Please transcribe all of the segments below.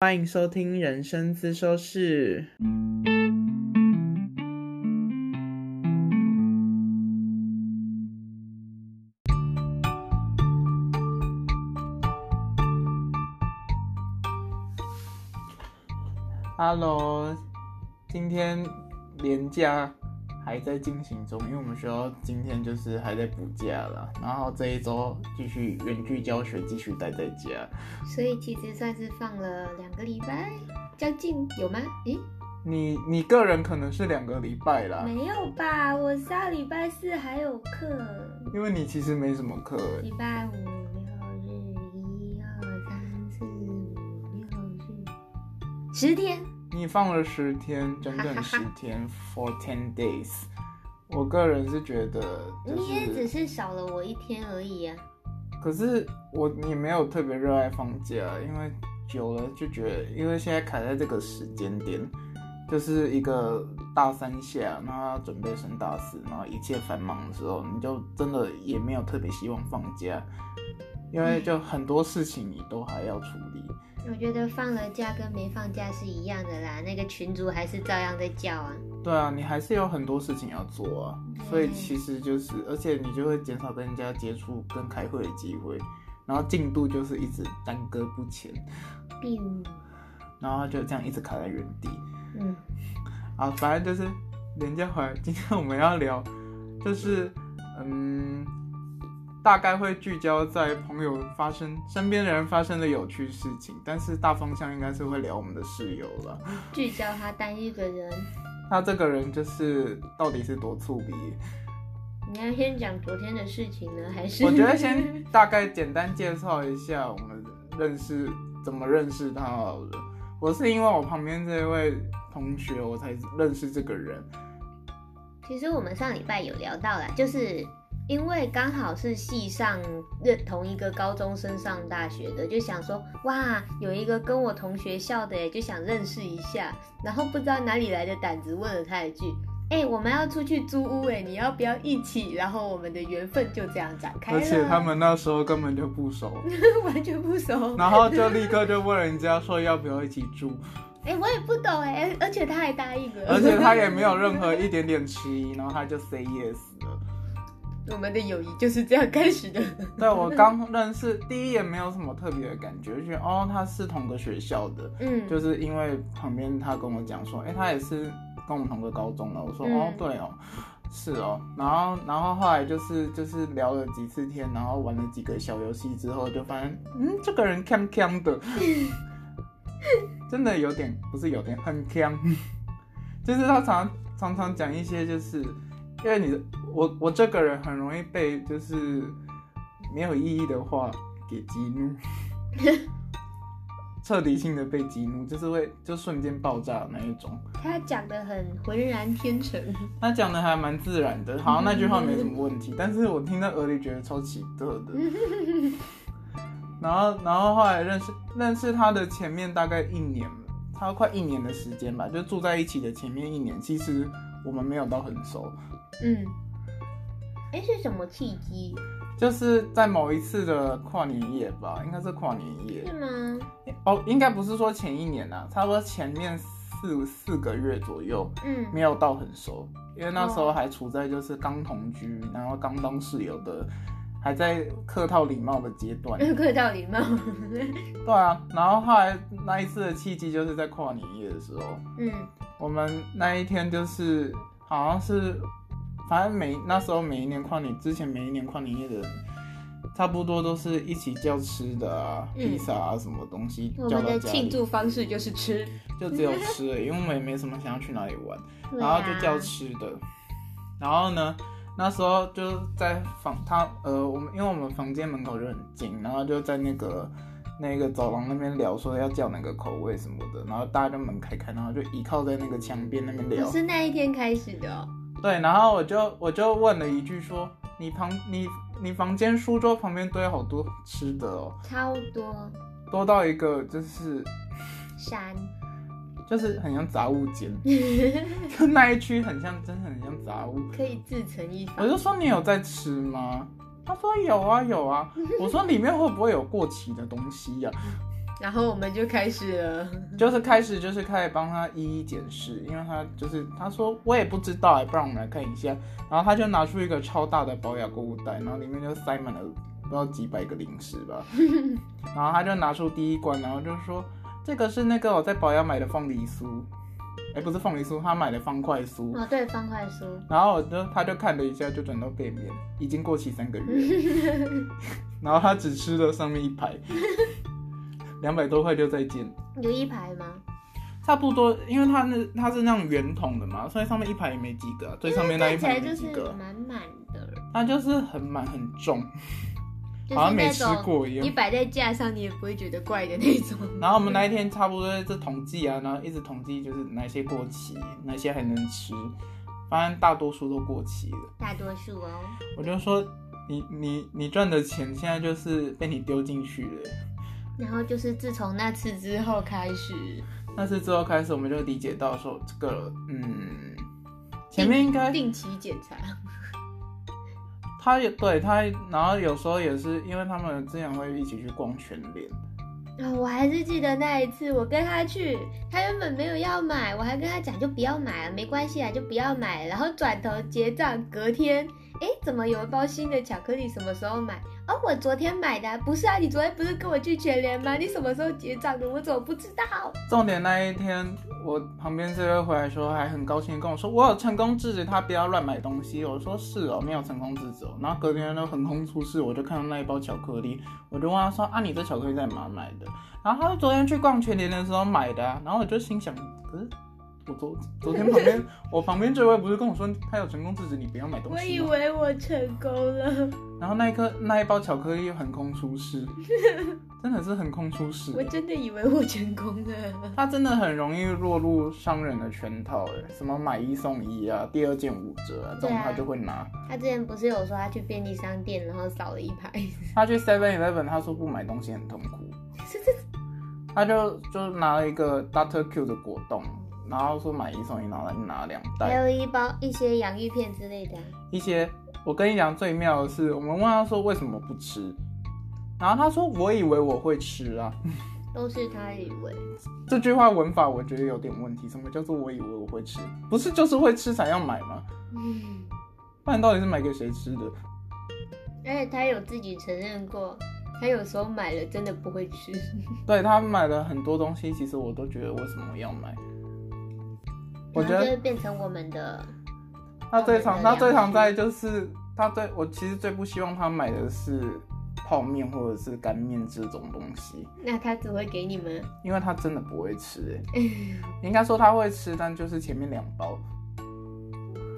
欢迎收听人生自修室。Hello，今天连假还在进行中，因为我们学校今天就是还在补假了，然后这一周继续远距教学，继续待在家。所以其实算是放了两个礼拜，将近有吗？诶，你你个人可能是两个礼拜啦，没有吧？我下礼拜四还有课，因为你其实没什么课欸。礼拜五、六日，一二三四五六日，十天。你放了十天，整整十天，fourteen days。我个人是觉得，就你也是，只是少了我一天而已啊！可是我也没有特别热爱放假，啊因为久了就觉得，因为现在卡在这个时间点，就是一个大三下，那准备升大四，然后一切繁忙的时候，你就真的也没有特别希望放假，因嗯为就很多事情你都还要处理。我觉得放了假跟没放假是一样的啦，那个群主还是照样在叫啊。对啊，你还是有很多事情要做啊，嗯所以其实就是，而且你就会减少跟人家接触跟开会的机会，然后进度就是一直耽搁不前，并然后就这样一直卡在原地嗯，啊。反正就是连家回来，今天我们要聊，就是嗯，大概会聚焦在朋友发生、身边的人发生的有趣事情，但是大方向应该是会聊我们的室友了。聚焦他单一个人。他这个人就是到底是多粗鄙？你要先讲昨天的事情呢，还 是我觉得先大概简单介绍一下我们认识怎么认识他好了。我是因为我旁边这位同学，我才认识这个人。其实我们上礼拜有聊到啦，就是因为刚好是系上认同一个高中生上大学的，就想说哇，有一个跟我同学校的耶，就想认识一下。然后不知道哪里来的胆子，问了他一句：“哎、我们要出去租屋哎，你要不要一起？”然后我们的缘分就这样展开了。而且他们那时候根本就不熟， 完全不熟。然后就立刻就问人家说要不要一起住，哎、我也不懂哎，而且他还答应了。而且他也没有任何一点点迟疑，然后他就 say yes 了。 我们的友谊就是这样开 始的。对我刚认识第一眼没有什么特别的感觉，就觉得哦他是同个学校的，嗯，就是因为旁边他跟我讲说，哎、他也是跟我们同个高中的。我说、嗯哦，对哦，是哦。然后，然后后来就是就是聊了几次天，然后玩了几个小游戏之后，就发现，嗯，这个人锵锵的，真的有点不是有点很锵， 就是他常常常讲一些，就是因为你我我这个人很容易被就是没有意义的话给激怒。彻底性的被激怒，就是会就瞬间爆炸的那一种。他讲的很浑然天成。他讲的还蛮自然的，好像那句话没什么问题，但是我听到耳里觉得超奇特的。然后，然后后来认识认识他的前面大概一年，他快一年的时间吧，就住在一起的前面一年，其实我们没有到很熟，嗯，哎，是什么契机？就是在某一次的跨年夜吧，应该是跨年夜是吗？哦，应该不是说前一年啊，差不多前面四四个月左右，嗯，没有到很熟，因为那时候还处在就是刚同居，然后刚当室友的，还在客套礼貌的阶段。客套礼貌。对啊，然后后来那一次的契机就是在跨年夜的时候，嗯我们那一天就是好像是，反正每那时候每一年跨年之前每一年跨年夜的人，差不多都是一起叫吃的啊，嗯披萨啊什么东西我叫们到的家庆里，祝方式就是 吃。就只有吃而已，因为我们也没什么想要去哪里玩。对然后啊就叫吃的。然后呢，那时候就在房他呃，我们因为我们房间门口就很近，然后就在那个那个走廊那边聊说要叫哪个口味什么的，然后大家就门开开，然后就依靠在那个墙边那边聊我。是那一天开始的哦。对，然后我就我就问了一句说，你旁你你房间书桌旁边堆好多吃的哦，超多多到一个就是山，就是很像杂物 间，就那一区很像真的很像杂物。可以自成一我方。就说你有在吃吗？他说有啊有啊。我说里面会不会有过期的东西呀、然后我们就开始了。就是开始就是开始帮他一一检视，因为他就是他说我也不知道哎、不然我们来看一下。然后他就拿出一个超大的保雅购物袋，然后里面就塞满了不知道几百个零食吧。然后他就拿出第一罐，然后就说这个是那个我在保雅买的凤梨酥，哎、不是凤梨酥，他买的方块酥。哦，对，方块酥。然后我就他就看了一下，就转到背面，已经过期三个月 了，然后他只吃了上面一排，两百多块就再见。有一排吗？差不多，因为它那它是那种圆筒的嘛，所以上面一排也没几个啊、最上面那一看起排来也没就几是个啊，满满的，它就是很满很重，就是好像没那吃种过一你样。摆在架上你也不会觉得怪的那种。然后我们那一天差不多在这统计啊，然后一直统计就是哪些过期，哪些还能吃，反正大多数都过期了。大多数哦，我就说你你你赚的钱现在就是被你丢进去了。然后就是自从那次之后开始，那是之后开始，我们就理解到说这个，嗯，前面应该定期检查。他也对他，然后有时候也是因为他们之前会一起去逛全联，啊、我还是记得那一次，我跟他去，他原本没有要买，我还跟他讲就不要买了，没关系啊，就不要买了。然后转头结账，隔天，哎，怎么有一包新的巧克力？什么时候买？哦，我昨天买的啊、不是啊，你昨天不是跟我去全联吗？你什么时候结账的？我怎么不知道？重点那一天，我旁边这位回来说还很高兴地跟我说，我有成功制止他不要乱买东西。我说是哦，没有成功制止哦。然后隔天就横空出世，我就看到那一包巧克力，我就问他说啊，你这巧克力在哪买的？然后他说昨天去逛全联的时候买的、啊。然后我就心想，可是我昨昨天旁边 我旁边这位不是跟我说他有成功制止你不要买东我以西吗？为我成功 了，然后那一颗那一包巧克力又横空出 世，真的是横空出世我。真的以为我成功了。他真的很容易落入商人的圈套，哎，什么买一送一啊，第二件五折啊，这对种啊他就会拿。他之前不是有说他去便利商店，然后扫了一排，他去 Seven Eleven，他说不买东西很痛苦，他就就拿了一个 Doctor Q 的果冻，然后说买一送一，然后他就拿了两还袋。有一包一些洋芋片之类的啊、一些我跟你讲最妙的是，我们问他说为什么不吃，然后他说我以为我会吃啊， 都是他以为。这句话文法我觉得有点问题。什么叫做我以为我会吃？不是就是会吃才要买吗？嗯。不然到底是买给谁吃的？而且他有自己承认过，他有时候买了真的不会吃。对他买了很多东西，其实我都觉得为什么要买？我觉然后就得会变成我们的，他最常我们的他最良常心在就是他最我其实最不希望他买的是泡面或者是干面这种东西，那他只会给你 们。因为他真的不会吃、欸。应该说他会吃，但就是前面两包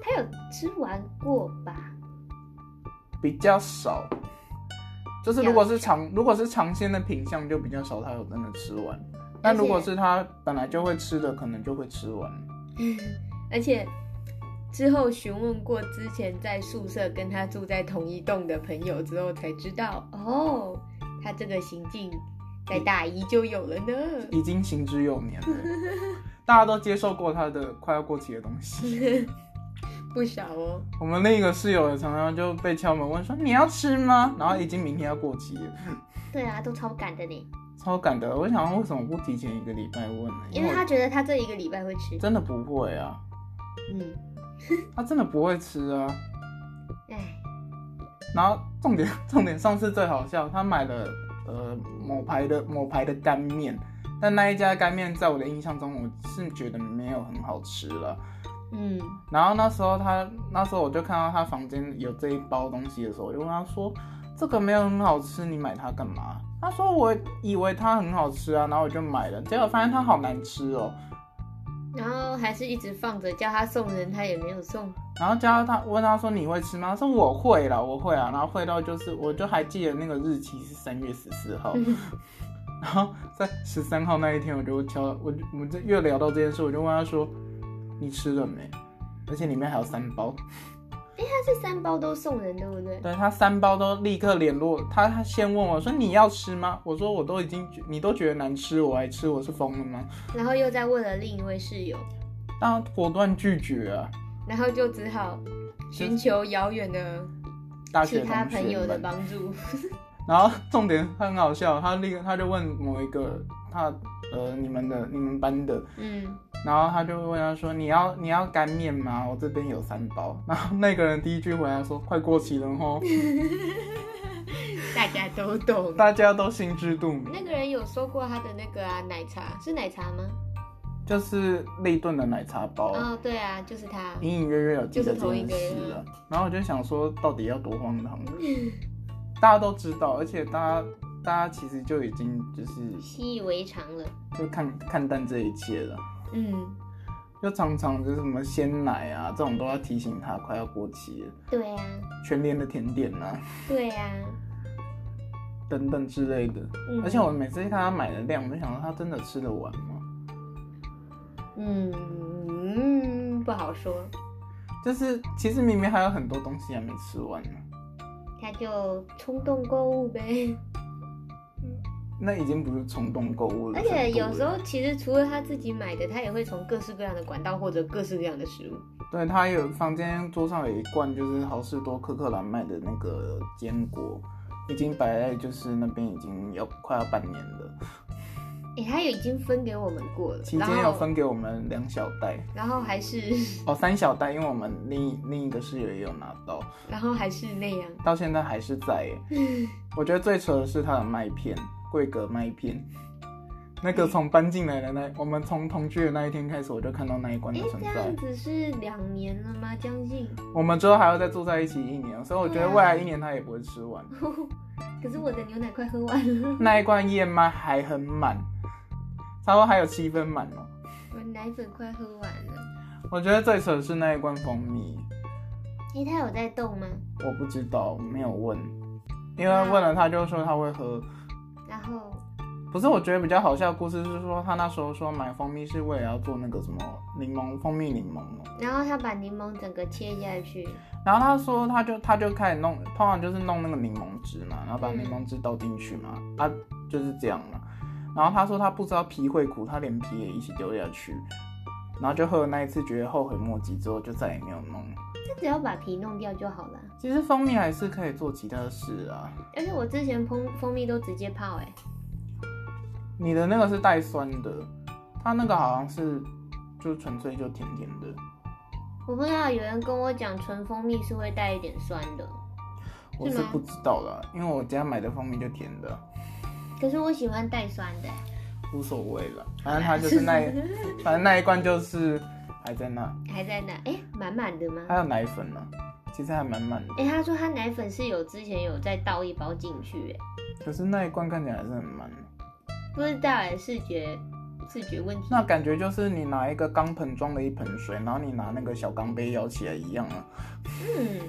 他有吃完过 吧？比较少。就是如果是尝如果是尝鲜的品相，就比较少他有真的吃完。但如果是他本来就会吃的，可能就会吃完。而且之后询问过之前在宿舍跟他住在同一栋的朋友之后，才知道哦，他这个行径在大一就有了呢。已经行之有年了， 大家都接受过他的快要过期的东西。不少哦，我们另一个室友也常常就被敲门问说你要吃吗？然后已经明天要过期了，对啊，都超赶的呢，超赶的。我想为什么不提前一个礼拜问呢？因为他觉得他这一个礼拜会吃我，真的不会啊，嗯，他真的不会吃啊。哎，然后重点重点，上次最好笑，他买了呃某牌的某牌的干面，但那一家干面在我的印象中，我是觉得没有很好吃了。嗯，然后那时候他那时候我就看到他房间有这一包东西的时候，我就问他说：“这个没有很好吃，你买它干嘛？”他说：“我以为它很好吃啊，然后我就买了，结果发现它好难吃哦。然后还是一直放着，叫他送人，他也没有送。”然后叫他问他说：“你会吃吗？”他说：“我会啦，我会啊。”然后会到就是我就还记得那个日期是三月十四号。然后在十三号那一天，我就敲我就我们这越聊到这件事，我就问他说：“你吃了没？而且里面还有三包。”他是三包都送人，对不对？对他三包都立刻联络他，他先问我说你要吃吗？我说我都已经觉你都觉得难吃，我还吃，我是疯了吗？然后又再问了另一位室友，当然果断拒绝啊！然后就只好寻求遥远的大学其同他学朋友的们，帮助。然后重点很好笑，他那个他就问某一个他呃你们的你们班的，嗯， 然后他就问他说：“你要你要干面吗？我这边有三包。” 然后那个人第一句回答说：“快过期了哦吼，大家都懂。 大家都心知肚明。那个人有说过他的那个啊奶茶是奶茶吗？”就是立顿的奶茶包，哦，对啊，就是他。隐隐约约有记得就是这同一件个嗯人事啊。然后我就想说，到底要多荒唐？大家都知道，而且大家大家其实就已经就是习以为常了。就看看淡这一切了。嗯，就常常就是什么鲜奶啊这种都要提醒他快要过期了，对呀，全年的甜点啊对呀。等等之类的。嗯而且我每次看他买的量，我就想说他真的吃得完吗？嗯嗯，不好说，就是其实明明还有很多东西还没吃完呢，他就冲动购物呗。那已经不是冲动购物了。而且有时候其实除了他自己买的，他也会从各式各样的管道或者各式各样的食物。对他有房间桌上有一罐就是好事多可可兰卖的那个坚果，已经摆在就是那边已经要快要半年了，哎、他也已经分给我们过了，期间然有后分给我们两小袋然后还是，哦三小袋，因为我们另另一个室友也有拿到，然后还是那样。到现在还是在耶。 我觉得最扯的是它的麦片，桂格麦片。那嗯个从搬进来的那，我们从同居的那一天开始，我就看到那一关哎、的存这在样。子是两年了吗？将近。 我们之后还要再住在一起一年，所以我觉得啊未来一年它也不会吃完。可是我的牛奶快喝完了， 那一罐燕麦还很满，差不多还有七分满哦。我的奶粉快喝完了。我觉得最扯的是那一罐蜂蜜，哎、他有在动吗？我不知道，没有问，因为问了他就说他会喝。然后，不是，我觉得比较好笑的故事是说，他那时候说买蜂蜜是为了要做那个什么柠檬蜂蜜柠檬哦。然后他把柠檬整个切下去，然后他说，他就他就开始弄，通常就是弄那个柠檬汁嘛，然后把嗯柠檬汁倒进去嘛，他、就是这样了。然后他说他不知道皮会苦，他连皮也一起丢下去，然后就喝了那一次，觉得后悔莫及，之后就再也没有弄。他只要把皮弄掉就好了。其实蜂蜜还是可以做其他的事啊。而且我之前蜂蜂蜜都直接泡、哎，你的那个是带酸的，它那个好像是就纯粹就甜甜的。我不知道有人跟我讲纯蜂蜜是会带一点酸的，我是是吗不知道啦，因为我家买的蜂蜜就甜的，可是我喜欢带酸的、无所谓了。反正它就是那一， 反正那一罐就是还在那，还在那，哎、满满的吗？还有奶粉呢、其实还蛮满的，哎、他说他奶粉是有之前有再倒一包进去、哎，可是那一罐看起来还是很满。不知道哎、视觉视觉问题。那感觉就是你拿一个钢盆装了一盆水，然后你拿那个小钢杯舀起来一样啊，嗯，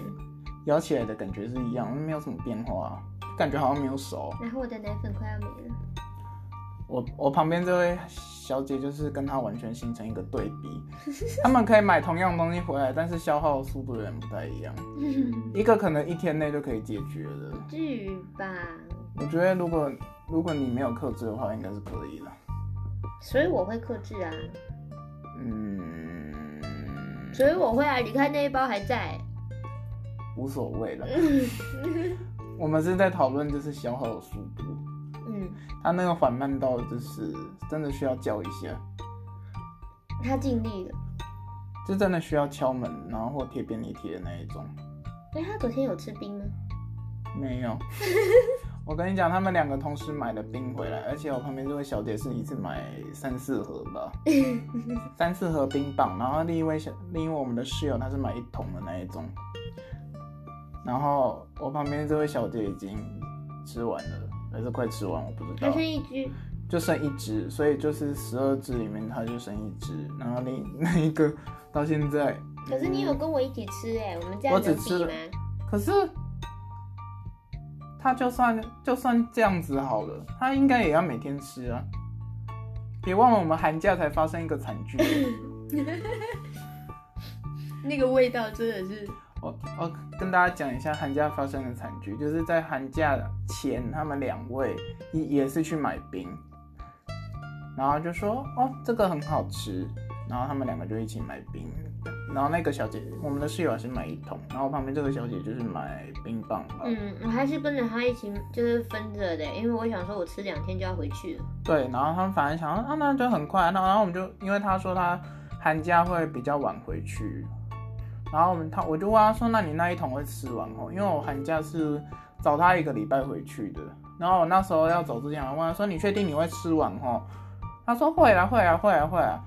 舀起来的感觉是一样，没有什么变化、啊，感觉好像没有熟。然后我的奶粉快要没了。我我旁边这位小姐就是跟她完全形成一个对比，他们可以买同样东西回来，但是消耗速度有点不太一样， 一个可能一天内就可以解决了。至于吧，我觉得如果如果你没有克制的话，应该是可以的。所以我会克制啊，嗯，所以我会啊。你看那一包还在，无所谓了。我们是在讨论就是消耗的速度，嗯，它那个缓慢到就是真的需要叫一下，他尽力了。就真的需要敲门，然后或贴便利贴的那一种。哎、他昨天有吃冰吗？没有。我跟你讲，他们两个同时买的冰回来，而且我旁边这位小姐是一次买三四盒吧，三四盒冰棒。然后另一位小，另一位我们的室友她是买一桶的那一种。然后我旁边这位小姐已经吃完了，还是快吃完，我不知还道剩，一只，就剩一只，所以就是十二只里面她就剩一只，然后另那一 个到现在，可是你有跟我一起吃哎、我们这样我只能吃比了吗？可是他就算就算这样子好了，他应该也要每天吃啊。别忘了，我们寒假才发生一个惨剧。 那个味道真的是，我我跟大家讲一下寒假发生的惨剧，就是在寒假前，他们两位也也是去买冰，然后就说哦这个很好吃，然后他们两个就一起买冰，然后那个小姐，我们的室友是买一桶，然后旁边这个小姐就是买冰棒吧。嗯，我还是跟着他一起，就是分着的，因为我想说，我吃两天就要回去了。对，然后他们反正想说啊，那就很快，那然后我们就因为他说他寒假会比较晚回去，然后我们他我就问他说，那你那一桶会吃完哦？因为我寒假是找他一个礼拜回去的，然后我那时候要走之前，我问他说，你确定你会吃完哦？他说会啊，会啊，会啊，会啊。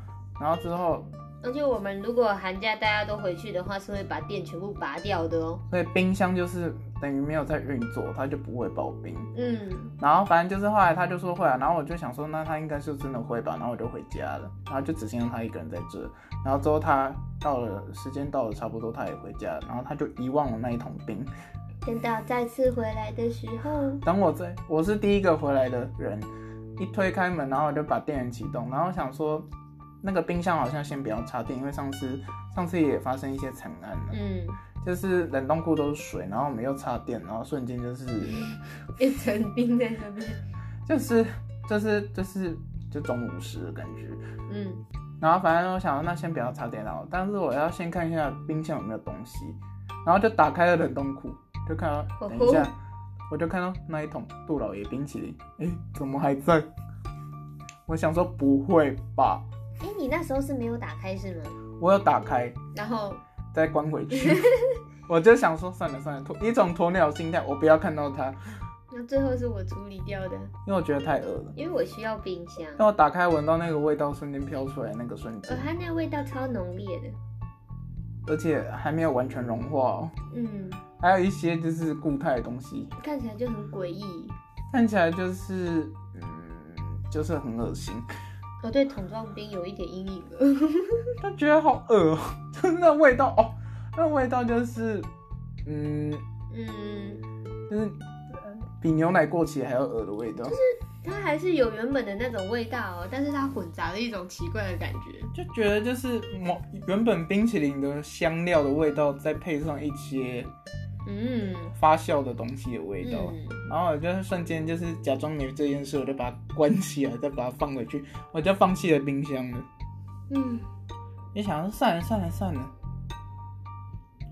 然后之后，而且我们如果寒假大家都回去的话，是会把电全部拔掉的哦。所以冰箱就是等于没有在运作，它就不会爆冰。嗯，然后反正就是后来他就说会啊，然后我就想说那他应该是真的会吧，然后我就回家了，然后就只剩下他一个人在这，然后之后他到了时间到了差不多他也回家了，然后他就遗忘了那一桶冰。等到再次回来的时候，等我这我是第一个回来的人，一推开门，然后我就把电源启动，然后想说那个冰箱好像先不要插电，因为上次上次也发生一些惨案了，嗯，就是冷冻库都是水，然后我们又插电，然后瞬间就是一层冰在那边。就是就是就是就中午时的感觉。嗯，然后反正我想说，那先不要插电脑，但是我要先看一下冰箱有没有东西，然后就打开了冷冻库，就看到，哦吼等一下，我就看到那一桶杜老爷冰淇淋，诶，怎么还在？我想说不会吧，哎、你那时候是没有打开是吗？我有打开然后，再关回 去，我就想说算了算了，鸵一种鸵鸟心态，我不要看到它，那最后是我处理掉的，因为我觉得太恶了。因为我需要冰箱。但我打开闻到那个味道瞬间飘出来，那个瞬呃，间，它那味道超浓烈的。而且还没有完全融化、哦，嗯，还有一些就是固态的东西，看起来就很诡异。看起来就是，嗯，就是很恶心，我哦对桶装冰有一点阴影了。就觉得好恶、哦， 就那味道哦，那味道就是，嗯，嗯，就是呃比牛奶过期还要恶的味道，它还是有原本的那种味道、哦，但是它混杂了一种奇怪的感觉。就觉得就是某原本冰淇淋的香料的味道，再配上一些嗯，发酵的东西的味道。啊嗯，然后我就是瞬间就是假装没这件事，我就把它关起来，再 把它放回去，我就放弃了冰箱了。嗯也想说算了算了算了，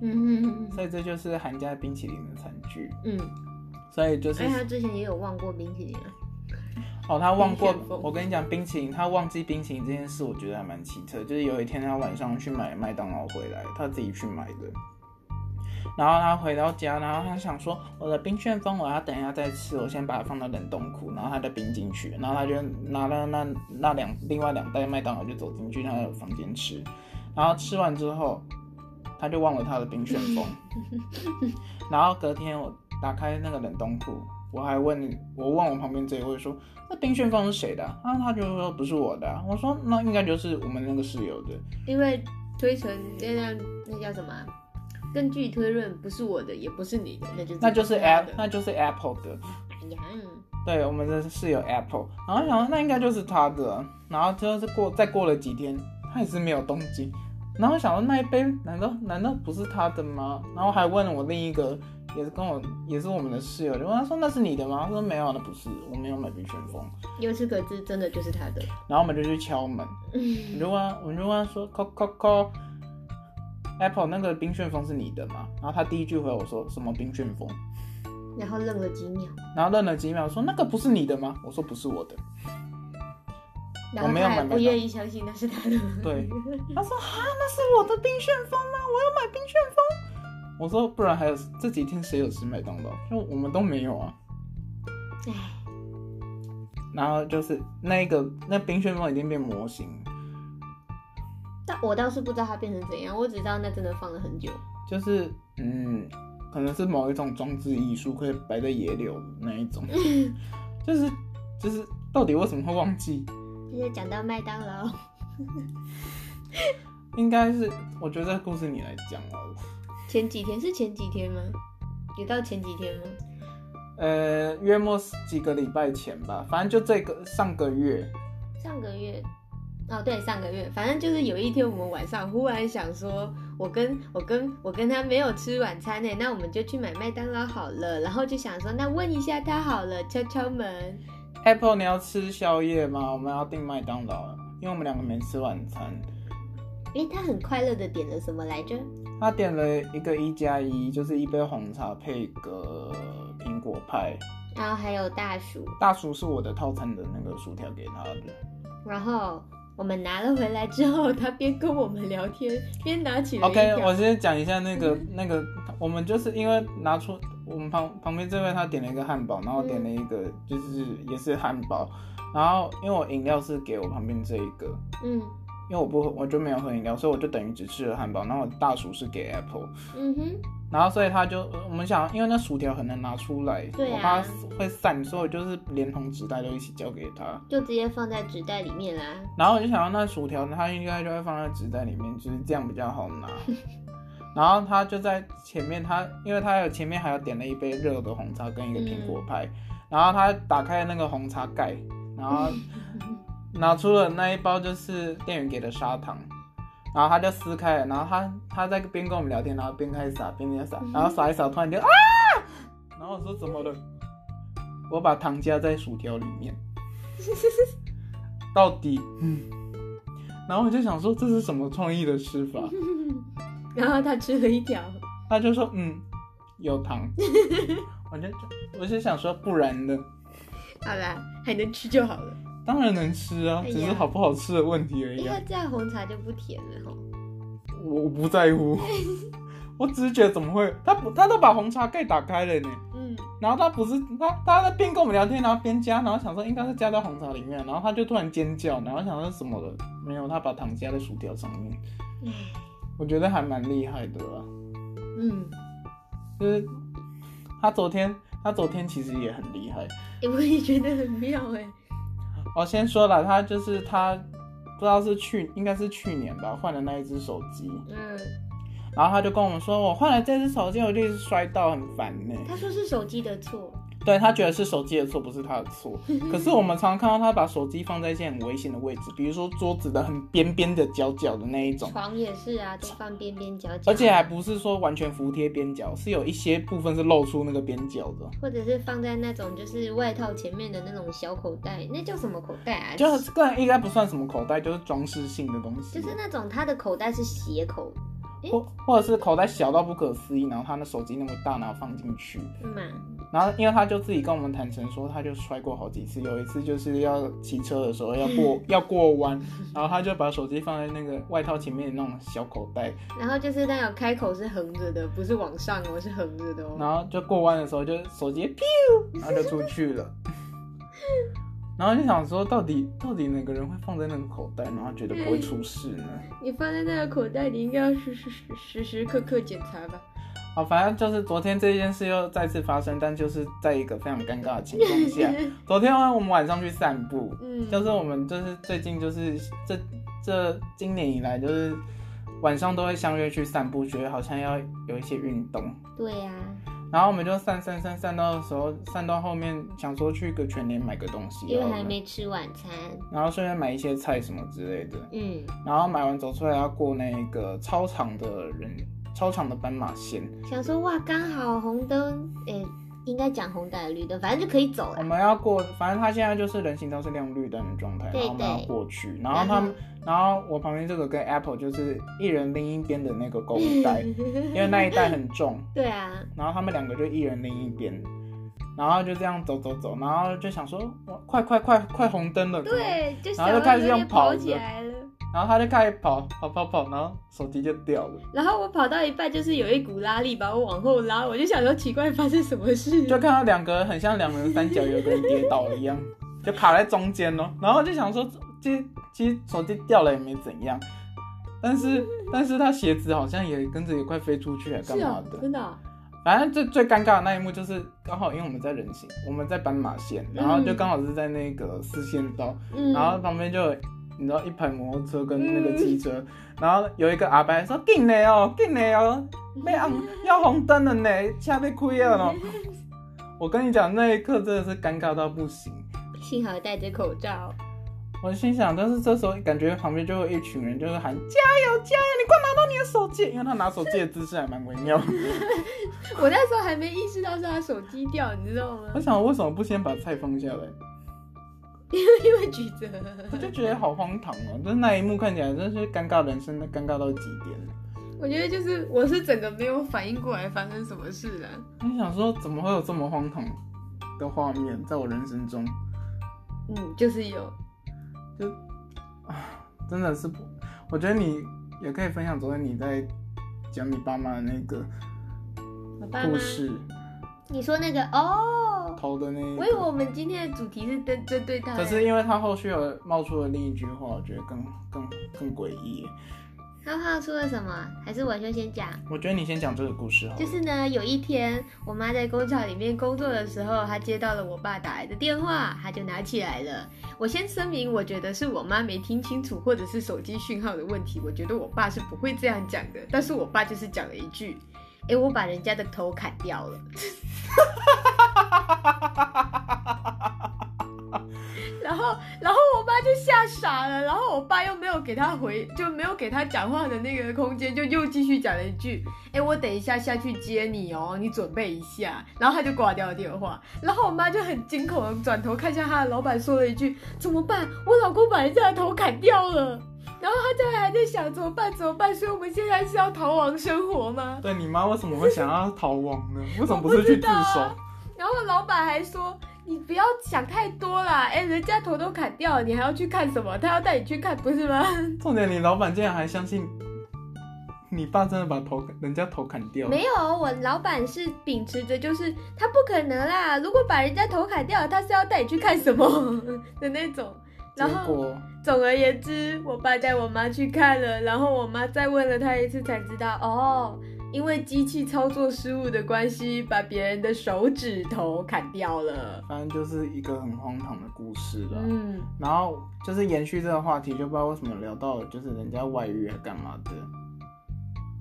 嗯嗯所以这就是寒假冰淇淋的惨剧。嗯，所以就是而且他之前也有忘过冰淇淋啊。哦，他忘过冰旋风我跟你讲冰淇淋，他忘记冰淇淋这件事，我觉得还蛮奇特。就是有一天他晚上去买麦当劳回来，他自己去买的。然后他回到家，然后他想说我的冰旋风我要等一下再吃，我先把它放到冷冻库，然后他再冰进去，然后他就拿了那那两另外两袋麦当劳就走进去他的房间吃，然后吃完之后他就忘了他的冰旋风，然后隔天我打开那个冷冻库，我还问我问我旁边这一位说那冰旋风是谁的啊？啊他就说不是我的啊、我说那应该就是我们那个室友的。因为推成那叫那叫什么啊？根据推论，不是我的，也不是你的，那就是那就是他 App，的。那就是 Apple 的，哎呀，对，我们的室友 Apple。然后想说那应该就是他的，然后就是过再过了几天，他也是没有动静。然后想说那一杯难道难道不是他的吗？然后还问我另一个也是跟我也是我们的室友，就问他说那是你的吗？他说没有啊，那不是，我没有买冰旋风。由此可知，真的就是他的。然后我们就去敲门，我就问他，我就问他说，扣扣扣，Apple 那个冰旋风是你的吗？然后他第一句回我说什么冰旋风，然后愣了几秒，然后愣了几秒说那个不是你的吗？我说不是我的，然后我没有他买还麦不当愿意相信那是他的。 对，他说啊那是我的冰旋风吗？我要买冰旋风。我说不然还有这几天谁有吃麦当劳？就我们都没有啊。唉，然后就是那个那冰旋风已经变模型了，但我倒是不知道它变成怎样，我只知道那真的放了很久。就是嗯，可能是某一种装置艺术，可以摆在野柳的那一种，就是就是到底为什么会忘记？现在讲到麦当劳，应该是我觉得这个故事你来讲好了。前几天是前几天吗？有到前几天吗？呃，约莫是几个礼拜前吧，反正就这个上个月，上个月，哦对，上个月，反正就是有一天我们晚上忽然想说，我跟我跟我跟他没有吃晚餐呢，那我们就去买麦当劳好了。然后就想说，那问一下他好了，敲敲门。 Apple，你要吃宵夜吗？我们要订麦当劳，因为我们两个没吃晚餐。诶，他很快乐的点了什么来着？他点了一个一加一，就是一杯红茶配个苹果派。然后还有大薯，大叔是我的套餐的那个薯条给他的，然后我们拿了回来之后，他边跟我们聊天，边拿起了一嗯 OK，条我先讲一下那个那个，我们就是因为拿出我们旁旁边这位他点了一个汉堡，然后我点了一个就是也是汉堡，然后因为我饮料是给我旁边这一个，嗯因为我不喝我就没有喝饮料，所以我就等于只吃了汉堡，然后我大薯是给 Apple，嗯哼，然后所以他就我们想，因为那薯条很难拿出来，对啊我怕会散，所以我就是连同纸袋都一起交给他。就直接放在纸袋里面啦。然后我就想到那薯条，它应该就会放在纸袋里面，就是这样比较好拿。然后他就在前面，他因为他有前面还有点了一杯热的红茶跟一个苹果派，然后他打开那个红茶盖，然后拿出了那一包就是店员给的砂糖，然后他就撕开了，然后他他在边跟我们聊天，然后边开始撒，边在撒，然后撒一撒，突然就啊，然后我说怎么了？我把糖加在薯条里面，到底，嗯，然后我就想说这是什么创意的吃 法？然后他吃了一条，他就说嗯，有 糖，我就我就想说不然呢？好啦，还能吃就好了。当然能吃啊，哎呀只是好不好吃的问题而已、因啊为。这样红茶就不甜了吼。我我不在 乎，我只是觉得怎么会，他不他都把红茶盖打开了呢，嗯，然后他不是他他在边跟我们聊天，然后边加，然后想说应该是加在红茶里面，然后他就突然尖叫，然后想说什么了？没有，他把糖加在薯条上面，我觉得还蛮厉害的啦，嗯，就是他昨天他昨天其实也很厉害，哎我也觉得很妙哎。我哦先说了，他就是他不知道是去应该是去年吧换了那一只手机，嗯，然后他就跟我们说我换了这只手机，我就一直摔到很烦呢、他说是手机的错。对他觉得是手机的错，不是他的 错。可是我们常看到他把手机放在一些很危险的位置，比如说桌子的很边边的角角的那一种，床也是啊，都放边边角角，而且还不是说完全服贴边角，是有一些部分是露出那个边角的，或者是放在那种就是外套前面的那种小口袋，那叫什么口袋啊？就是个人应该不算什么口袋，就是装饰性的东西，就是那种它的口袋是斜口，或或者是口袋小到不可思议，然后他的手机那么大，然后放进去，嗯嘛，然后因为他就自己跟我们坦诚说，他就摔过好几次，有一次就是要骑车的时候要过要过弯，然后他就把手机放在那个外套前面的那种小口袋，然后就是那种开口是横着的，不是往上哦，是横着的哦。然后就过弯的时候就手机 pew，然后就出去了。然后就想说，到底到底哪个人会放在那个口袋，然后觉得不会出事呢？你放在那个口袋，你应该要时时时时时刻刻检查吧。好，反正就是昨天这件事又再次发生，但就是在一个非常尴尬的情况 下。昨天我们晚上去散步，嗯，就是我们就是最近就是这这今年以来就是晚上都会相约去散步，觉得好像要有一些运动。对啊呀、然后我们就散散散散到的时候，散到后面想说去个全联买个东西，啊因为还没吃晚餐。然后顺便买一些菜什么之类的。嗯，然后买完走出来要过那个操场的人，操场的斑马线，想说哇，刚好红灯，诶，应该讲红灯还是绿灯，反正就可以走我了。们要过，反正他现在就是人行道是亮绿灯的状态，然对后我们要对过去，然后他 们，然后我旁边这个跟 Apple 就是一人拎一边的那个购物袋，因为那一袋很重，对啊，然后他们两个就一人拎一边，然后就这样走走走，然后就想说，哇快快快快红灯了，怎么对，就然小后就开始有点用跑跑的起来了。然后他就开始跑跑跑跑，然后手机就掉了，然后我跑到一半，就是有一股拉力把我往后拉，我就想说奇怪，发生什么事？就看到两个很像两人三角，有个人跌倒了一样，就卡在中间咯。然后就想说，其实其实手机掉了也没怎样，但是但是他鞋子好像也跟着也快飞出去，还干是嘛啊，的？真的啊、反正最最尴尬的那一幕就是，刚好因为我们在人行，我们在斑马线，然后就刚好是在那个四线道，嗯，然后旁边就有你知道一排摩托车跟那个汽车，然后有一个阿伯说进来哦，进来哦，被按要红灯了呢，车被开了哦。我跟你讲，那一刻真的是尴尬到不行。幸好戴着口罩。我心想，但是这时候感觉旁边就有一群人就是喊加油加油，你快拿到你的手机，因为他拿手机的姿势还蛮微妙的。我那时候还没意识到是他手机掉，你知道吗 我？想为什么不先把菜放下来？因为举着，我就觉得好荒唐哦、就是那一幕看起来真是尴尬人生，那尴尬到极点。我觉得就是我是整个没有反应过来发生什么事了、我想说，怎么会有这么荒唐的画面在我人生中？嗯，就是有，真的是不，我觉得你也可以分享昨天你在讲你爸妈的那个我爸妈故，事，你说那个哦，偷的那一我以为个。我们今天的主题是针针对他、可是因为他后续有冒出了另一句话，我觉得更更更诡异。浩浩说了什么？还是我就先讲。我觉得你先讲这个故事好了。就是呢，有一天我妈在工厂里面工作的时候，她接到了我爸打来的电话，她就拿起来了。我先声明，我觉得是我妈没听清楚，或者是手机讯号的问题。我觉得我爸是不会这样讲的，但是我爸就是讲了一句：“哎、我把人家的头砍掉了。” 然后，然后我爸就吓傻了，然后我爸又没有给他回，就没有给他讲话的那个空间，就又继续讲了一句：“哎、我等一下下去接你哦，你准备一下。”然后他就挂掉了电话。然后我妈就很惊恐的转头看向她的老板，说了一句：“怎么办？我老公把人家的头砍掉了。”然后她在还在想怎么办怎么办，所以我们现在是要逃亡生活吗？对你妈为什么会想要逃 亡呢？为什么不是去自首？啊然后老板还说：“你不要想太多啦，哎、人家头都砍掉了，你还要去看什么？他要带你去看，不是吗重点，你老板竟然还相信你爸真的把头人家头砍？”掉？没有，我老板是秉持着就是他不可能啦，如果把人家头砍掉了，他是要带你去看什么 的那种。结然后果总而言之，我爸带我妈去看了，然后我妈再问了他一次，才知道哦，因为机器操作失误的关系，把别人的手指头砍掉了。反正就是一个很荒唐的故事啦。嗯，然后就是延续这个话题，就不知道为什么聊到了就是人家外遇还干嘛的，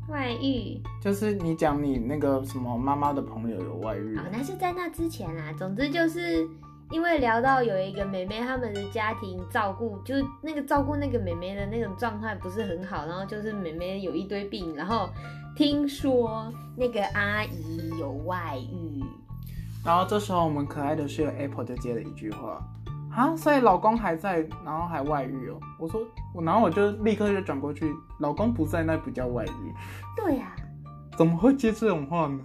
外遇就是你讲你那个什么妈妈的朋友有外遇好，，那是在那之前啦。总之就是因为聊到有一个妹妹，他们的家庭照顾，就是那个照顾那个妹妹的那种状态不是很好，然后就是妹妹有一堆病，然后听说那个阿姨有外遇，然后这时候我们可爱的室友 Apple 就接了一句话。啊，所以老公还在，然后还外遇哦。我说我，然后我就立刻就转过去，老公不在，那不叫外遇，对呀、怎么会接这种话 呢？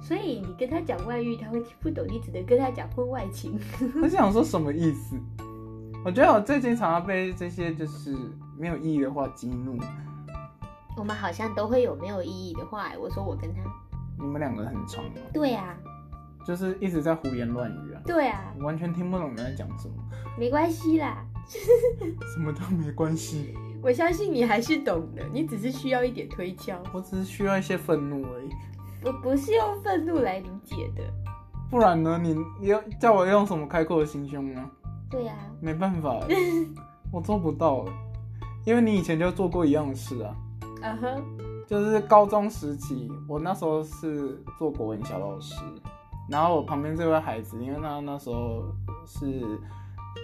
所以你跟她讲外遇，她会听不懂，你只能跟她讲婚外情。我想说什么意思？我觉得我最近常常被这些就是没有意义的话激怒。我们好像都会有没有意义的话、我说我跟她，你们两个很常哦，对呀、就是一直在胡言乱语啊，对啊，我完全听不懂你们在讲什么，没关系啦，什么都没关系，我相信你还是懂的，你只是需要一点推敲。我只是需要一些愤怒而已。我不是用愤怒来理解的。不然呢？你你要叫我用什么开阔的心胸呢？对呀、没办法欸，我做不到欸，因为你以前就做过一样的事啊。啊哼，就是高中时期，我那时候是做国文小老师，然后我旁边这位孩子，因为他那时候是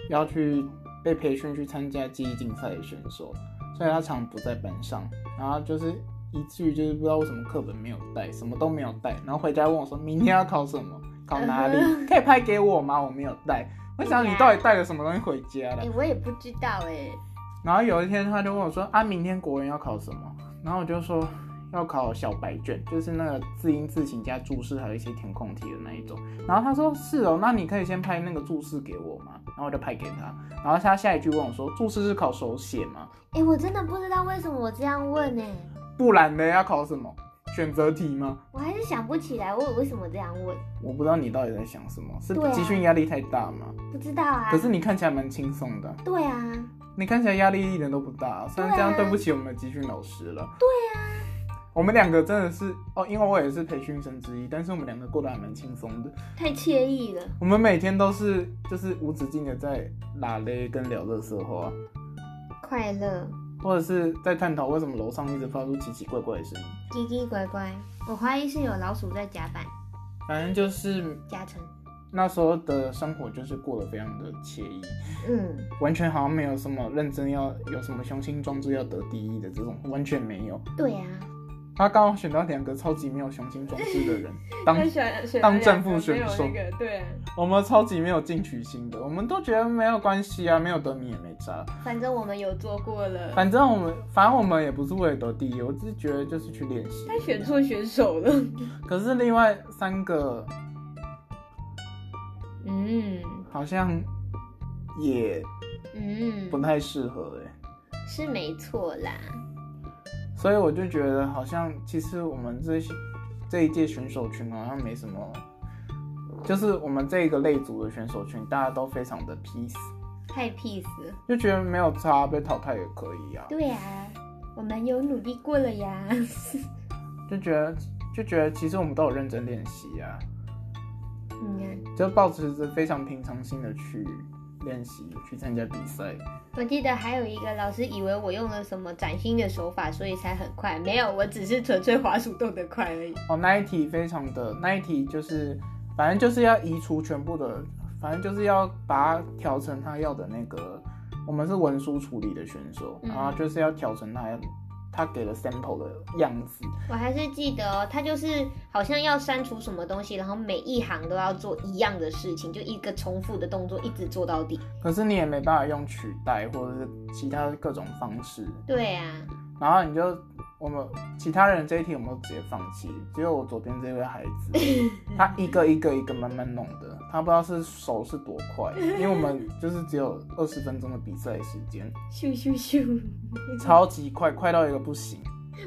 要去被培训去参加记忆竞赛的选手，所以他常不在班上，然后就是以至于就是不知道为什么课本没有带，什么都没有带，然后回家问我说明天要考什么，考哪里，可以拍给我吗？我没有带，我想你到底带了什么东西回家了哎、？我也不知道哎、然后有一天他就问我说：“啊，明天国文要考什么？”然后我就说要考小白卷，就是那个字音字形加注释，还有一些填空题的那一种。然后他说：“是哦，那你可以先拍那个注释给我吗？”然后我就拍给他。然后他下一句问我说：“注释是考手写吗？哎、我真的不知道为什么我这样问呢、不然呢要考什么？选择题吗我还是想不起来我为什么这样问，？”我不知道你到底在想什么，是对啊集训压力太大吗？不知道啊。可是你看起来蛮轻松的，对啊，你看起来压力一点都不大，虽然这样对啊对不起我们的集训老师了。对啊，我们两个真的是哦，因为我也是培训生之一，但是我们两个过得还蛮轻松的。太惬意了。我们每天都是就是无止境的在拉勒跟聊乐色话，快乐，啊或者是在探讨为什么楼上一直发出奇奇怪怪的声音。叽叽乖乖。我怀疑是有老鼠在甲板反正就是夹层。那时候的生活就是过得非常的惬意，嗯，完全好像没有什么认真要有什么雄心壮志要得第一的这种，完全没有。对啊，他刚好选到两个超级没有雄心壮志的人 当他选选当了正两副个选没有手那个对啊，我们超级没有进取心的，我们都觉得没有关系啊，没有得名也没差，反正我我们有做过了，反正我们反正我们也不是为了得第一，我只是觉得就是去练 习。他选错选手了。可是另外三个嗯好像也嗯不太适合哎、是没错啦，所以我就觉得好像其实我们这些这一届选手群好像没什么，就是我们这个类组的选手群大家都非常的 peace，太 peace 了。就觉得没有差被淘汰也可以啊，对啊，我们有努力过了呀。就觉得就觉得其实我们都有认真练习啊，嗯啊就保持着非常平常心的去练习去参加比赛，我记得还有一个老师以为我用了什么崭新的手法，所以才很快。没有，我只是纯粹滑鼠动得快而已。哦，那一题非常的，那一题就是，反正就是要移除全部的，反正就是要把它调成他要的那个，我们是文书处理的选手，嗯然后就是要调成他他给了 sample 的样子，我还是记得哦，他就是好像要删除什么东西，然后每一行都要做一样的事情，就一个重复的动作一直做到底。可是你也没办法用取代或者是其他各种方式，对啊，然后你就我们其他人这一题我们都直接放弃，只有我左边这位孩子， 他一个一个一个慢慢弄的，他不知道是手是多 快，因为我们就是只有二十分钟的比赛时间。咻咻咻！超级快，快到一个不行。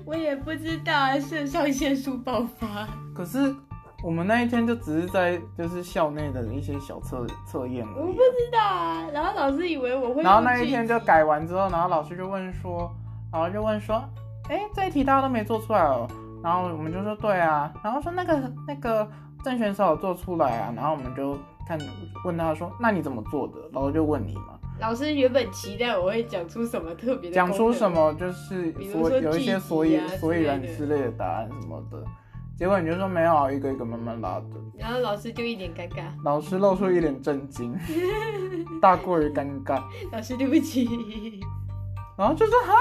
我也不知道啊，肾上腺素爆发。可是我们那一天就只是在就是校内的一些小测测验而我不已。知道啊，然后老师以为我会。然后那一天就。改完之后，然后老师就问说，然后就问说，哎、这一题大家都没做出来哦。然后我们就说对啊，然后说那个那个郑选手有做出来啊，然后我们就看问他说，那你怎么做的？然后就问你嘛，老师原本期待我会讲出什么特别的，讲出什？么就是比如所说有一些季所以节啊所以之类然的之类的答案什么的，结果你就说没有啊，一个一个慢慢拉的。然后老师就一脸尴尬，老师露出一脸震 惊，大过于尴尬，老师对不起。 然后就说哈，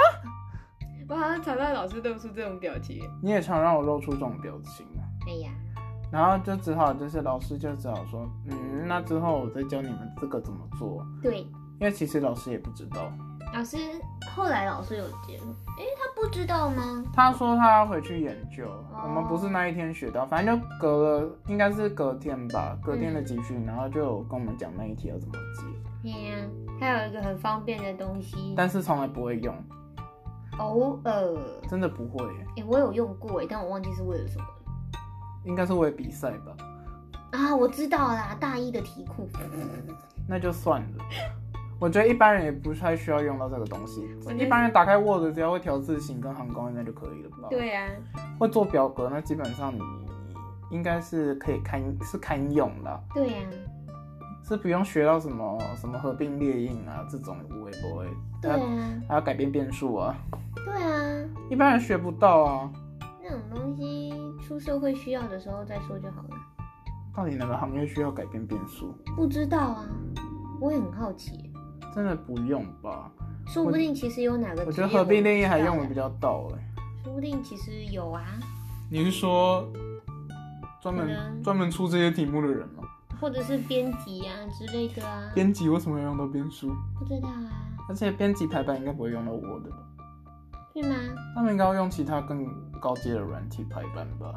我好像常让老师露出这种表情。你也常让我露出这种表情啊。哎呀，然后就只好就是老师就只好说，嗯，那之后我再教你们这个怎么做，对，因为其实老师也不知道。老师后来老师有结论，哎，他不知道吗？他说他要回去研究，哦我们不是那一天学到，反正就隔了，应该是隔天吧，嗯隔天的集训，然后就有跟我们讲那一题要怎么解，哎呀，他有一个很方便的东嗯西，但是从来不会用，偶尔，真的不会耶，哎，我有用过哎，但我忘记是为了什么了应该是为比赛吧，啊，我知道啦，大一的题库，那就算了。我觉得一般人也不太需要用到这个东西我觉，得一般人打开 Word 只要会调字形跟行高应该就可以了吧？，对啊，会做表格那基本上你应该是可以堪是堪用啦，对啊呀、是不用学到什么什么合并列印啊这种无微不微，对还要啊，还要改变变数啊，对啊，一般人学不到啊。那种东西出社会需要的时候再说就好了。到底哪个行业需要改变变数？不知道啊，我也很好奇，真的不用吧？说不定其实有哪个我职觉业欸得合并列印还用的比较，较到哎、说不定其实有啊，你是说专可能嗯门专门出这些题目的人吗？或者是编辑啊之类的啊，编辑为什么要用到编书？不知道啊，而且编辑排版应该不会用到我的吧，是吗？他们应该要用其他更高阶的软体排版吧。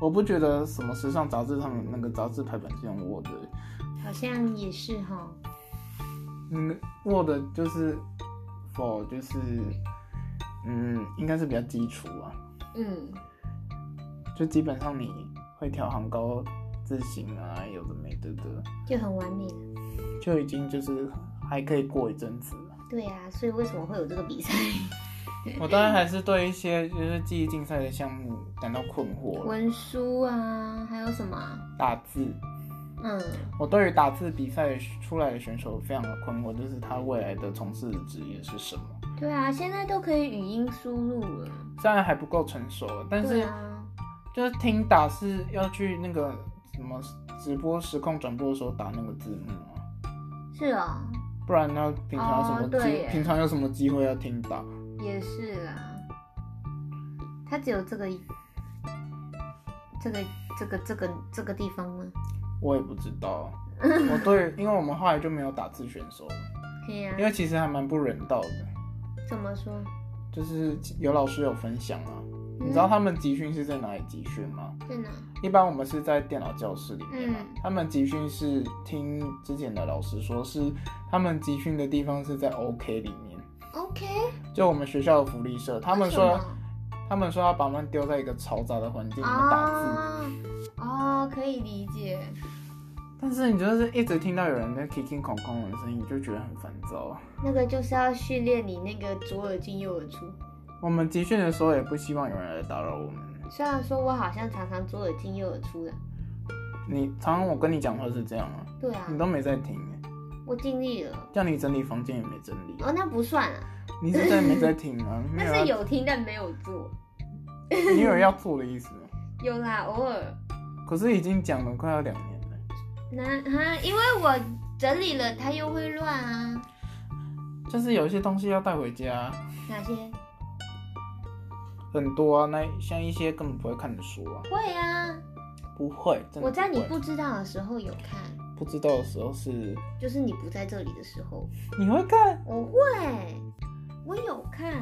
我不觉得什么时尚杂志他们那个杂志排版是用 Word，的好像也是哈，嗯，Word 就是 for 就是嗯，应该是比较基础啊，嗯，就基本上你会调行高字形啊，有的没的的，就很完美啊了。就已经就是还可以过一阵子了。对啊，所以为什么会有这个比赛？我当然还是对一些就是记忆竞赛的项目感到困惑了。 文书啊，还有什么啊？打字，嗯，我对于打字比赛出来的选手非常的困惑，就是他未来的从事的职业是什么？对啊，现在都可以语音输入了。虽然还不够成熟，但对是啊，就是听打是要去那个什么直播实况转播的时候打那个字幕啊，是啊、不然呢平常有什么哦对机、耶平常有什么机会要听打？也是啦。它只有这个这个这个这个这个地方吗？我也不知 道。我对，因为我们后来就没有打字选手了，嘿呀、因为其实还蛮不人道的。啊怎么说？就是有老师有分享啊，你嗯知道他们集训是在哪里集训吗？在哪？一般我们是在电脑教室里面嘛，嗯他们集训是听之前的老师说是他们集训的地方是在 OK 里面， OK，就我们学校的福利社，他们为说什么他们说要把我们丢在一个嘈杂的环境里面打字，啊，哦，可以理解。但是你就是一直听到有人在 kicking 孔孔的声音，你就觉得很烦躁啊。那个就是要训练你那个左耳进右耳出。我们集训的时候也不希望有人来打扰我们。虽然说我好像常常左耳进右耳出的，你常常我跟你讲话是这样啊，对啊你，都没在听耶、我尽力了。叫你整理房间也没整理，哦，那不算啊，你是真的没在听 啊？没那有是要，有听但没有做。你有要做的意思吗？有啦，偶尔。可是已经讲了快要两年了，那哈，因为我整理了，它又会乱啊。就是有一些东西要带回家，哪些？很多啊，那像一些根本不会看的书啊，会啊，不会，真的我在你会不知道的时候有看，不知道的时候是就是你不在这里的时候，你会看，我会，我有看。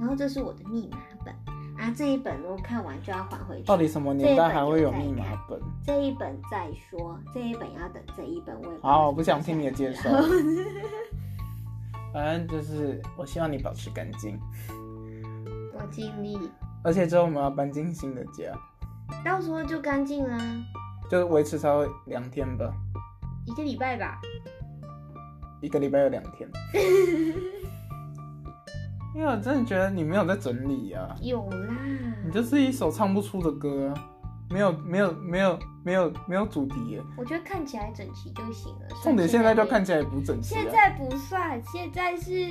然后这是我的密码本啊，这一本我看完就要还回去。到底什么年代还会有密码本？这一本再说，这一本要等这一本我也好，我不想听你的介绍。反正就是，我希望你保持干净，我尽力，而且之后我们要搬进新的家，到时候就干净啦，就是维持超过两天吧，一个礼拜吧。一个礼拜有两 天。因为我真的觉得你没有在整理啊，有啦，你就是一首唱不出的歌、啊，没有没有没有没有没有主题耶。我觉得看起来整齐就行了。重点现在就没看起来也不整齐、啊。现在不算，现在是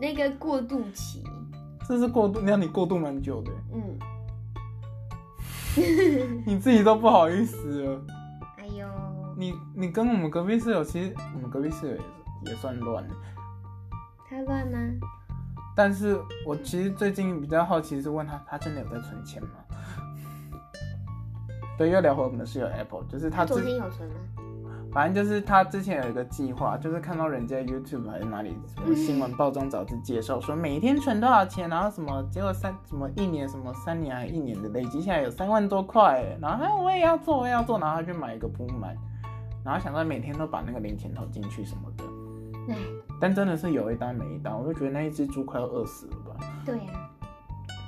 那个过渡期。这是过渡，让你过渡蛮久的耶，嗯，你自己都不好意思了。哎呦，你你跟我们隔壁室友，其实我们隔壁室友也是也算乱，他乱吗？但是我其实最近比较好奇是问他，他真的有在存钱吗？对，又聊回我们的室友 Apple，就是他昨之天有存吗？反正就是他之前有一个计划，就是看到人家 YouTube 还是哪里什么新闻报章杂志介绍说每天存多少钱，然后什么，结果三什么一年什么三年还啊一年的累积下来有三万多块耶，然后他我也要做我也要做，然后他去买一个铺满，然后想到每天都把那个零钱投进去什么的，哎，但真的是有一单没一单，我就觉得那一只猪快要饿死了吧。哎对啊呀、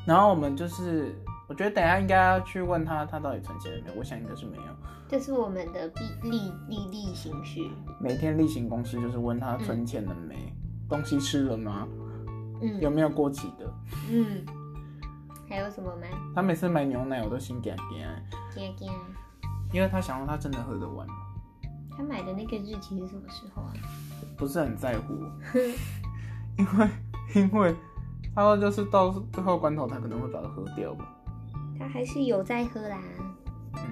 然后我们就是，我觉得等一下应该要去问他，他到底存钱了没有？我想应该是没有。这是我们的必例例例行事。每天例行公事就是问他存钱了没，东西吃了吗，有嗯没有过期的。嗯，还有什么吗？啊他每次买牛奶我都心感变，天天，因为他想要他真的喝得完，他买的那个日期是什么时候啊？不是很在乎，因为因为他就是到最后关头他可能会把它喝掉吧。他还是有在喝啦，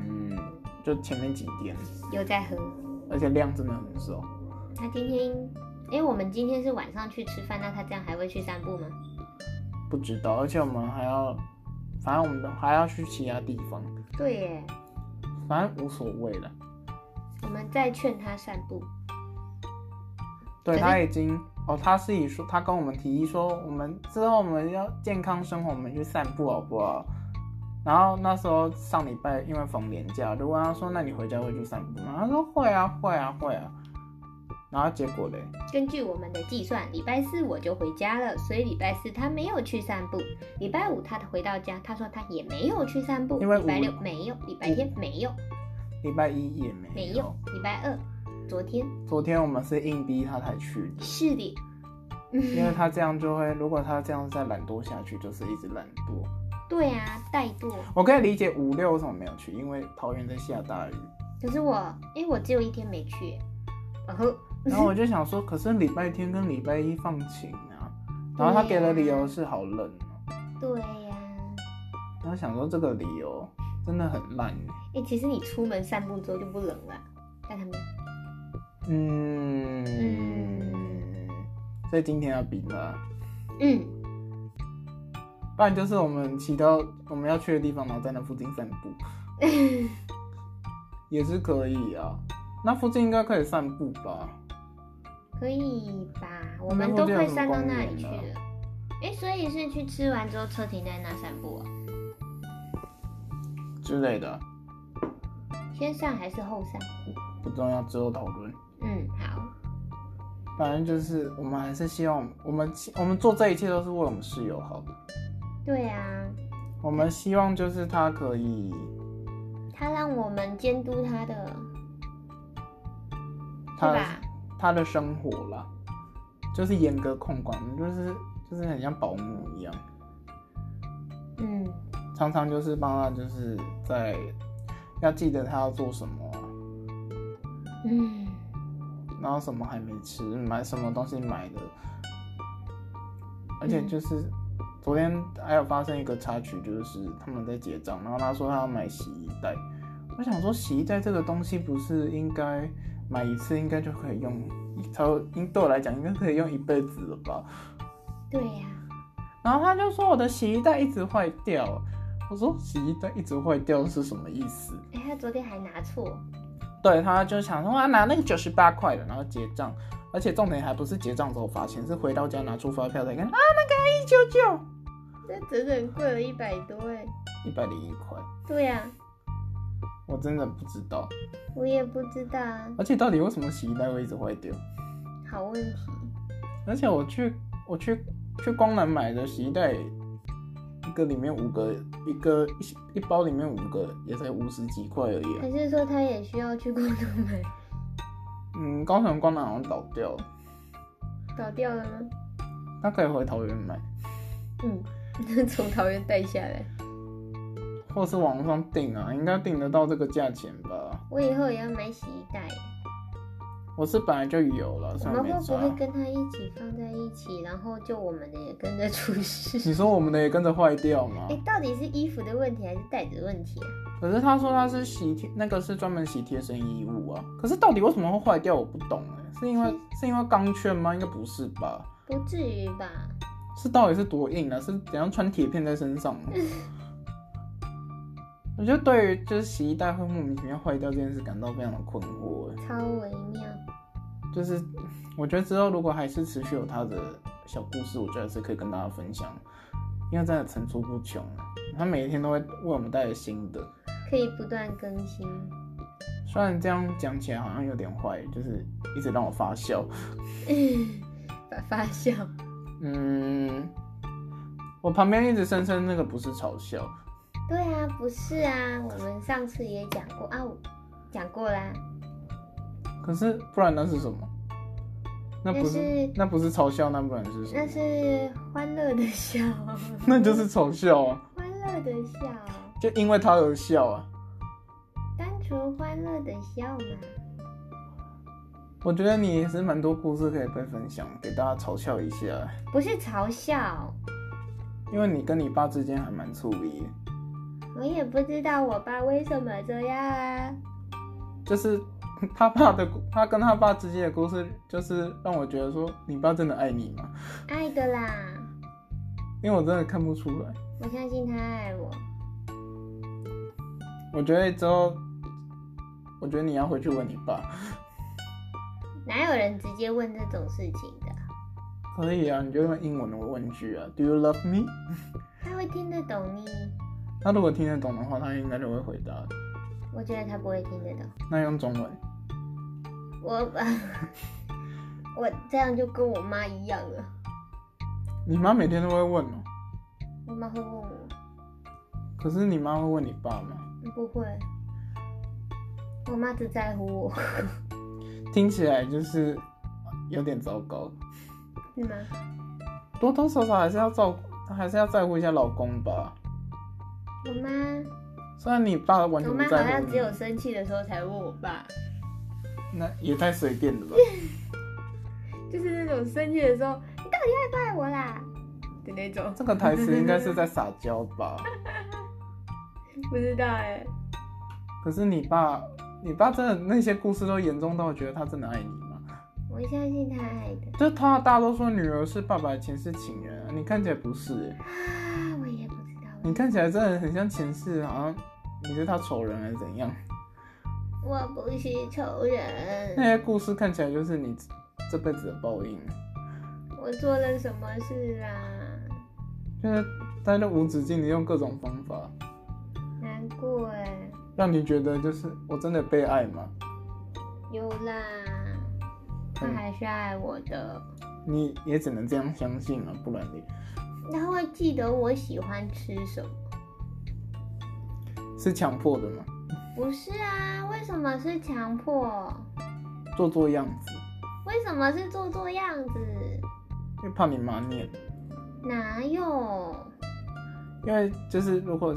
嗯，就前面几天，有在喝。而且量真的很少。他今天，哎、我们今天是晚上去吃饭，那他这样还会去散步吗？不知道，而且我们还要，反正我们还要去其他地方，对耶，反正无所谓了。我们在劝他散步。对可是他已经哦，他是以说他跟我们提议说，我们之后我们要健康生活，我们去散步好不好？然后那时候上礼拜因为逢年假，我就问他说：“那你回家会去散步吗？”他说：“会啊，会啊，会啊。”然后结果嘞，根据我们的计算，礼拜四我就回家了，所以礼拜四他没有去散步。礼拜五他回到家，他说他也没有去散步。因为礼拜五六没有，礼拜天没有，礼拜一也没没有。礼拜二，昨天昨天我们是硬逼他才去的，是的，因为他这样就会，如果他这样再懒惰下去，就是一直懒惰。对啊，怠惰。我可以理解五六为什么没有去，因为桃园在下大雨。可是我，哎、我只有一天没去，哦然后 然后我就想说，可是礼拜天跟礼拜一放晴啊。然后他给的理由是好冷哦、对呀、然后想说这个理由真的很烂欸耶。哎、其实你出门散步之后就不冷了，但他没有。嗯。所以今天要比了，嗯，不不然就是我们骑到我们要去的地方，然后在那附近散 步，也是可以啊。那附近应该可以散步吧？可以吧？我们都快散到那里去那附近有什了。哎、所以是去吃完之后车停在那散步啊？之类的，先上还是后上？不重要，之后讨论。嗯，好，反正就是我们还是希望我们我们做这一切都是为我们室友好的。对啊，我们希望就是他可以，他让我们监督他的，他对吧？他的生活啦，就是严格控管，就是就是很像保姆一样，嗯，常常就是帮他就是在要记得他要做什么啊、嗯，然后什么还没吃，买什么东西买的，而且就是昨天还有发生一个插曲，就是他们在结账，然后他说他要买洗衣袋，我想说洗衣袋这个东西不是应该买一次应该就可以用，才有应对我来讲应该可以用一辈子了吧？对呀、然后他就说我的洗衣袋一直坏掉，我说洗衣袋一直坏掉是什么意思？哎、他昨天还拿错，对，他就想说啊，拿那个九十八块的，然后结账，而且重点还不是结账之后发现，是回到家拿出发票才看啊，那个一九九，这整整贵了一百多哎。一百零一块，对呀、我真的不知道，我也不知道啊，而且到底为什么洗衣袋会一直坏掉？好问题。而且我去我去去光南买的洗衣袋，一个里面五个，一个一一包里面五个也才五十几块而已啊、还是说他也需要 去工作买？嗯，高雄光南好像倒掉了，倒掉了吗？他可以回桃园买，嗯， 从桃园带下来。或是网上订啊，应该订得到这个价钱吧。我以后也要买洗衣袋。我是本来就有了，我所以们没会不会差。跟他一起放在一起，然后就我们的也跟着出事？你说我们的也跟着坏掉吗 哎、？到底是衣服的问题还是袋子的问题啊？可是他说他是洗贴，那个是专门洗贴身衣物啊。可是到底为什么会坏掉，我不懂哎、是因为是因为钢圈吗？应该不是吧？不至于吧？是到底是多硬啊？是怎样穿铁片在身上 吗？我就对于就是洗衣袋会莫名其妙坏掉这件事感到非常的困惑、欸。超微妙。就是我觉得之后如果还是持续有他的小故事，我觉得还是可以跟大家分享，因为真的层出不穷，他每一天都会为我们带来新的。可以不断更新，虽然这样讲起来好像有点坏，就是一直让我发笑。发 发酵。嗯，我旁边一直声称那个不是嘲笑，对啊，不是啊，我们上次也讲过啊，我讲过啦。可是不然那是什么？那不那是那不是嘲笑，那不然是什那么？是欢乐的笑， 那就是嘲笑啊，欢乐的笑，就因为他而笑啊。单纯欢乐的笑嘛。我觉得你也是蛮多故事可以被分享，给大家嘲笑一下。啊不是嘲笑，因为你跟你爸之间还蛮处理，我也不知道我爸为什么这样啊。就是 他爸的他跟他爸之间的故事，就是让我觉得说你爸真的爱你吗？爱的啦，因为我真的看不出来。我相信他爱我。我觉得之后，我觉得你要回去问你爸，哪有人直接问这种事情的？可以啊，你就用英文的问句啊，Do you love me？他会听得懂你？他如果听得懂的话，他应该就会回答。我觉得他不会听得懂。那用中文，我 我这样就跟我妈一样了。你妈每天都会问哦，我妈会问我，可是你妈会问你爸吗？不会。我妈只在乎我，听起来就是有点糟糕，是吗？多多少少还是要照顾，还是要在乎一下老公吧。我妈，虽然你爸完我全妈不好在像乎只有你，生气的时候才问我爸，那也太随便 了吧？就是那种生气的时候爱我啦。的那种，这个台词应该是在撒娇 吧？不知道哎、可是你爸，你爸真的那些故事都严重到我觉得他真的爱你吗？我相信她爱的就他大多数女儿是爸爸的前世情人、啊，你看起来不是、欸，啊，我也你看起来真的很像前世，好像你是他仇人还是怎样？我不是仇那人，些故事看起来就是你这辈子的报应，我做了什么事啊？就是他就无止境的用各种方法难过哎，让你觉得就是我真的被爱吗？有啦，他还是爱我的，你也只能这样相信了，不然你他会记得我喜欢吃什么。是强迫的嘛，不是啊，为什么是强迫？做做样子，为什么是做做样子？因为怕你妈念。哪有？因为就是如果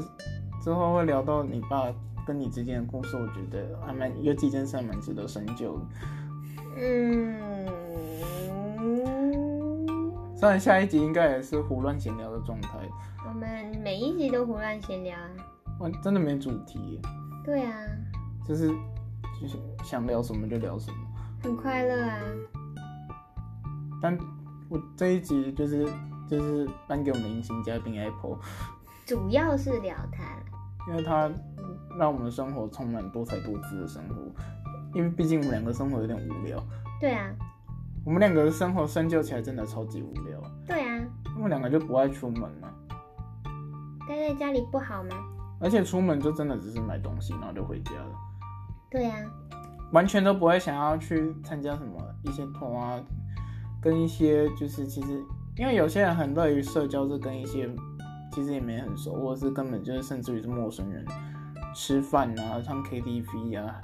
之后会聊到你爸跟你之间的故事，我觉得还蛮有几件事还蛮值得深究的。嗯，虽然下一集应该也是胡乱闲聊的状态，我们每一集都胡乱闲聊啊。我真的没主题耶，对啊，就是就是想聊什么就聊什么。很快乐啊。但我这一集就是就是颁给我们的隐形嘉宾 Apple，主要是聊他，因为他让我们的生活充满多彩多姿的生活。因为毕竟我们两个生活有点无聊，对啊，我们两个的生活深究起来真的超级无聊。对啊，我们两个就不爱出门了、待在家里不好吗？而且出门就真的只是买东西，然后就回家了，对啊，完全都不会想要去参加什么一些团啊，跟一些就是其实因为有些人很乐于社交，是跟一些其实也没很熟，或者是根本就是甚至于是陌生人吃饭啊、唱 KTV 啊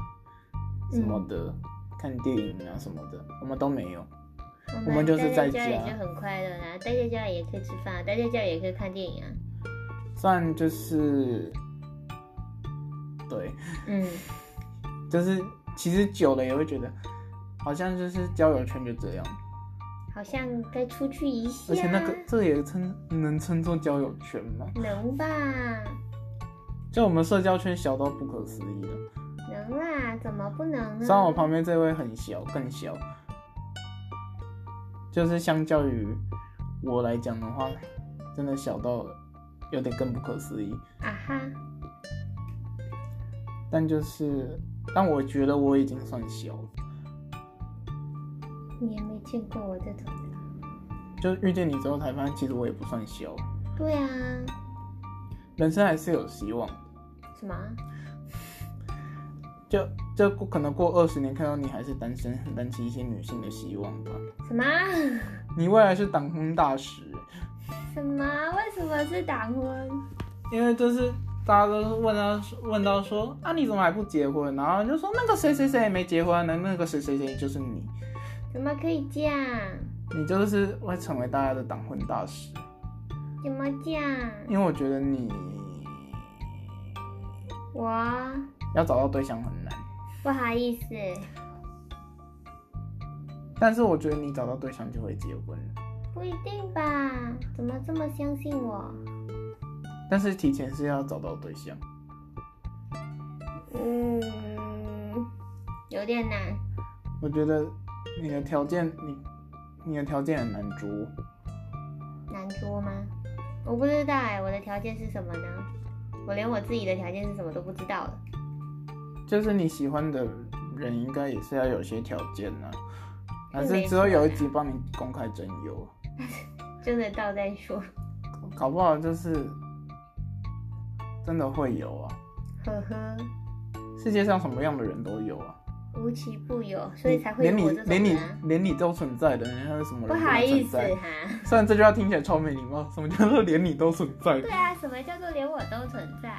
什么的。看电影啊什么的，我们都没有。我我们就是待在在家里家就很快乐啦、待在家里也可以吃饭啊，待在家里也可以看电影啊。算就是，对，嗯，就是其实久了也会觉得，好像就是交友圈就这样。好像该出去一下。而且那个这个也称能称作交友圈吗？能吧？就我们社交圈小到不可思议了。能啦，怎么不能啊呢？虽然我旁边这位很小，更小，就是相较于我来讲的话，真的小到有点更不可思议。啊哈，但就是，但我觉得我已经算小了。你也没见过我这种的。就遇见你之后才发现，其实我也不算小，对啊，人生还是有希望的。什么？就就过可能过二十年，看到你还是单身，很担心一些女性的希望吧。什么？ 你未来是挡婚大使，欸什么？为什么是打婚？因为就是大家都问到问到说啊你怎么还不结婚？然后就说那个谁谁谁也没结婚，那那个谁谁谁就是你，怎么可以这样？你就是会成为大家的挡婚大使。怎么这样？因为我觉得你我要找到对象很难，不好意思，但是我觉得你找到对象就会结婚了，不一定吧？怎么这么相信我？但是提前是要找到对象。嗯，有点难。我觉得你的条件，你你的条件很难捉。难捉吗？我不知道哎、我的条件是什么呢？我连我自己的条件是什么都不知道了。就是你喜欢的人，应该也是要有些条件啊呢、还是是没只有有一错啊集帮你公开征友，真的到再说，搞不好就是真的会有啊。呵呵，世界上什么样的人都有啊，无奇不有，所以才会有连你我这种连人你啊。连你都存在的，人家是什么人不都好意存思啊在？哈。虽然这句话听起来超没礼貌，什么叫做连你都存在？ 对啊，什么叫做连我都存在？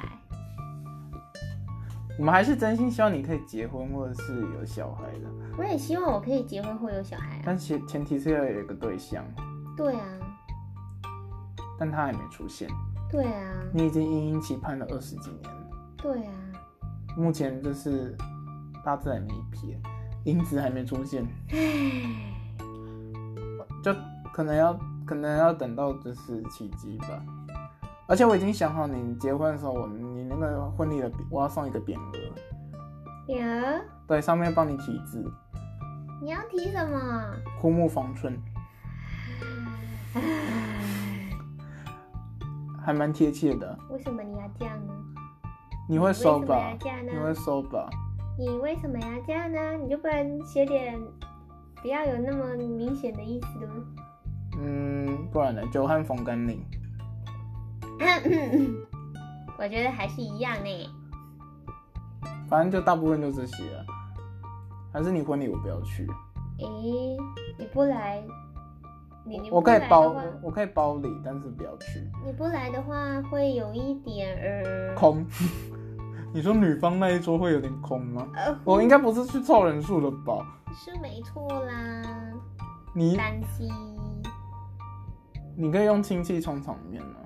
我们还是真心希望你可以结婚或者是有小孩的，我也希望我可以结婚或有小孩啊。但前前提是要有一个对象，对啊，但他还没出现。对啊，你已经殷殷期盼了二十几年了。对啊。目前就是大致还没一撇，因子还没出现，唉，就可能要可能要等到就是契机吧。而且我已经想好，你结婚的时候，我你那个婚礼的我要送一个匾额，饼儿，对，上面帮你题字你要提什么？ “枯木逢春唉，”还蛮贴切的。为什么你要这样呢？你会收吧你为什么要这样？呢你会收吧？你为什么要这样呢？你就不能写点不要有那么明显的意思的吗？嗯，不然呢？久旱逢甘霖。我觉得还是一样呢。反正就大部分就这些啊。还是你婚礼我不要去，诶、你不来，你你我不可以来的包话，我可以包礼，但是不要去。你不来的话会有一点呃，空， 你说女方那一桌会有点空吗？呃，我应该不是去凑人数了吧？是没错啦，你担心。你可以用亲戚充场面啊，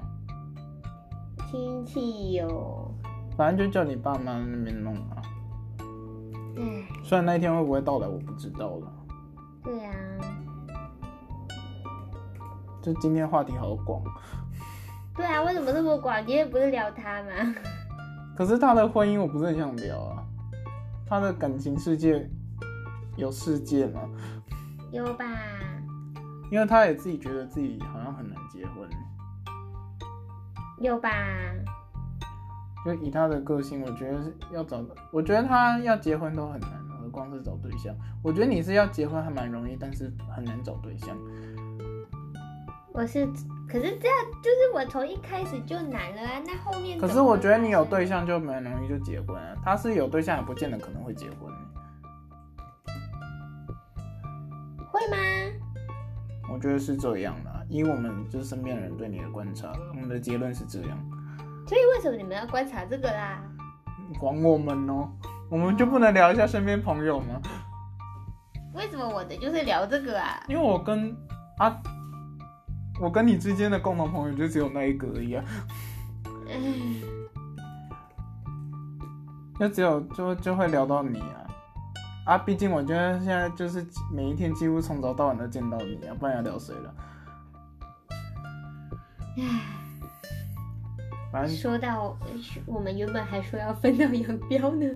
亲戚哟、反正就叫你爸妈那边弄啊。唉，虽然那一天会不会到来我不知道了。对啊，就今天话题好广，对啊，为什么这么广？今天不是聊他吗？可是他的婚姻我不是很想聊啊。他的感情世界有世界吗？有吧？因为他也自己觉得自己好像很难结婚，有吧？就以他的个性，我觉得是要找，我觉得他要结婚都很难，何况是找对象。我觉得你是要结婚还蛮容易，但是很难找对象。我是，可是这样就是我从一开始就难了啊，那后面可是怎么我觉得你有发生对象就蛮容易就结婚啊，他是有对象也不见得可能会结婚。会吗？我觉得是这样的，以我们就是身边的人对你的观察，我们的结论是这样。所以为什么你们要观察这个啦？管我们哦，我们就不能聊一下身边朋友吗？为什么我的就是聊这个啊？因为我跟啊，我跟你之间的共同朋友就只有那一个而已啊，唉就只有就就会聊到你啊。啊，毕竟我觉得现在就是每一天几乎从早到晚都见到你啊，不然要聊谁了？反正说到我们原本还说要分道扬镳呢，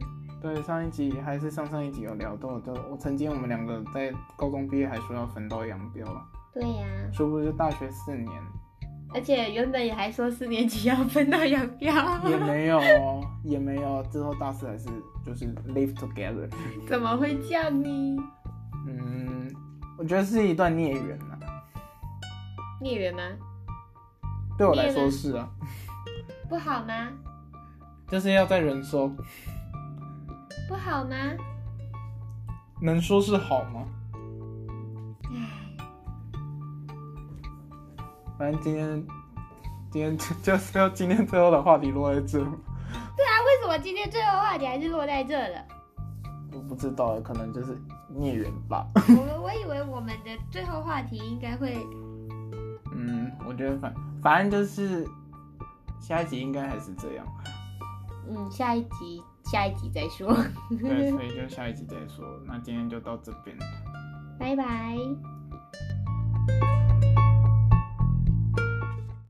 对上一集还是上上一集有聊到，就我曾经我们两个在高中毕业还说要分道扬镳，啊对呀、殊不知大学四年而且原本也还说四年级要分道扬 镳，也没有哦，也没有，之后大四还是就是 live together。怎么会这样呢？嗯，我觉得是一段孽缘啊呐、孽缘吗？对我来说是啊，不好吗？就是要在人说，不好吗？能说是好吗？唉，反正今天，今天就是要今天最后的话题落在这，那啊为什么今天最后话题还是落在这了？我不知道，可能就是孽缘吧。我 们我以为我们的最后话题应该会嗯，我觉得反反正就是下一集应该还是这样，嗯下一集下一集再说，对，所以就下一集再说。那今天就到这边。拜拜。